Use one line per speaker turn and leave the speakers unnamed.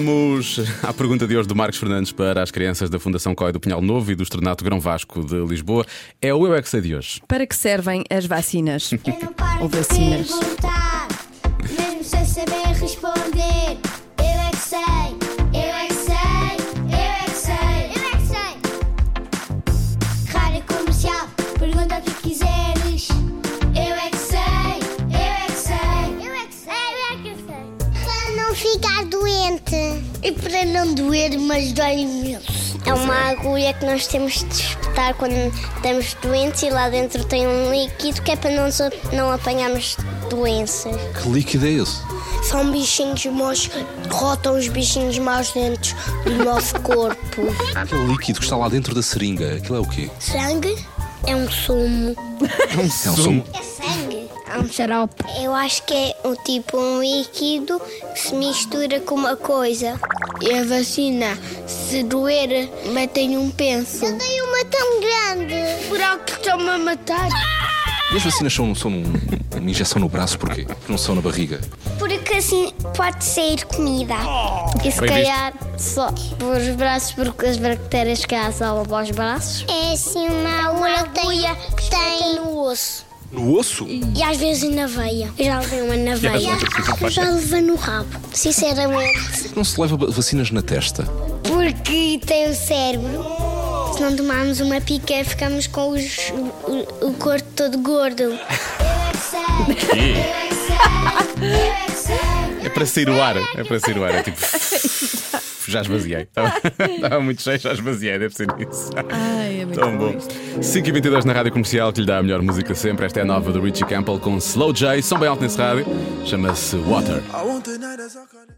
Vamos à pergunta de hoje do Marcos Fernandes para as crianças da Fundação COI do Pinhal Novo e do Estrenato Grão Vasco de Lisboa. É o Eu é que sei de hoje.
Para que servem as vacinas?
Eu não paro
Ou
de
vacinas.
perguntar, mesmo sem saber responder. Eu é que sei, eu é que sei, eu é que sei, eu é que sei. Rádio comercial, pergunta o que quiseres. Eu é que sei, eu é que sei, eu é que sei, eu é que sei. Para não ficar doente. E para não doer, mas dói imenso. É uma agulha que nós temos de espetar quando estamos doentes e lá dentro tem um líquido que é para não, não apanharmos doenças.
Que líquido é esse?
São bichinhos maus, rotam os bichinhos maus dentro do nosso corpo.
Aquele líquido que está lá dentro da seringa. Aquilo é o quê?
Sangue é um sumo.
É um sumo.
É sangue? É um xarope. Eu acho que é um tipo um líquido que se mistura com uma coisa. E a vacina, se doer, metem um penso. Eu dei uma tão grande. Por algo que estão-me a matar.
E as vacinas são, são um- uma injeção no braço, porquê? Porque não são na barriga.
Porque assim pode sair comida. E se
Bem visto.
calhar só os braços, porque as bactérias que há são aos braços. É assim uma agulha que tem, que tem no osso.
No osso?
E às vezes na veia. Eu já levei uma na veia. Eu já levei no rabo, sinceramente.
Não se leva ba- vacinas na testa.
Porque tem o cérebro. Se não tomarmos uma pica, ficamos com os- o, o corpo todo gordo. Eu é que sei. Eu é que sei. Eu é que sei.
É para sair o ar. É para sair o ar. É tipo. Já esvaziei. Estava estava muito cheio, já esvaziei. Deve ser isso.
Ai, é muito
Tão bom. 5 e 22 na rádio comercial que lhe dá a melhor música sempre. Esta é a nova do Richie Campbell com Slow J. São bem alto nesse rádio. Chama-se Water.
I want the night as I call it.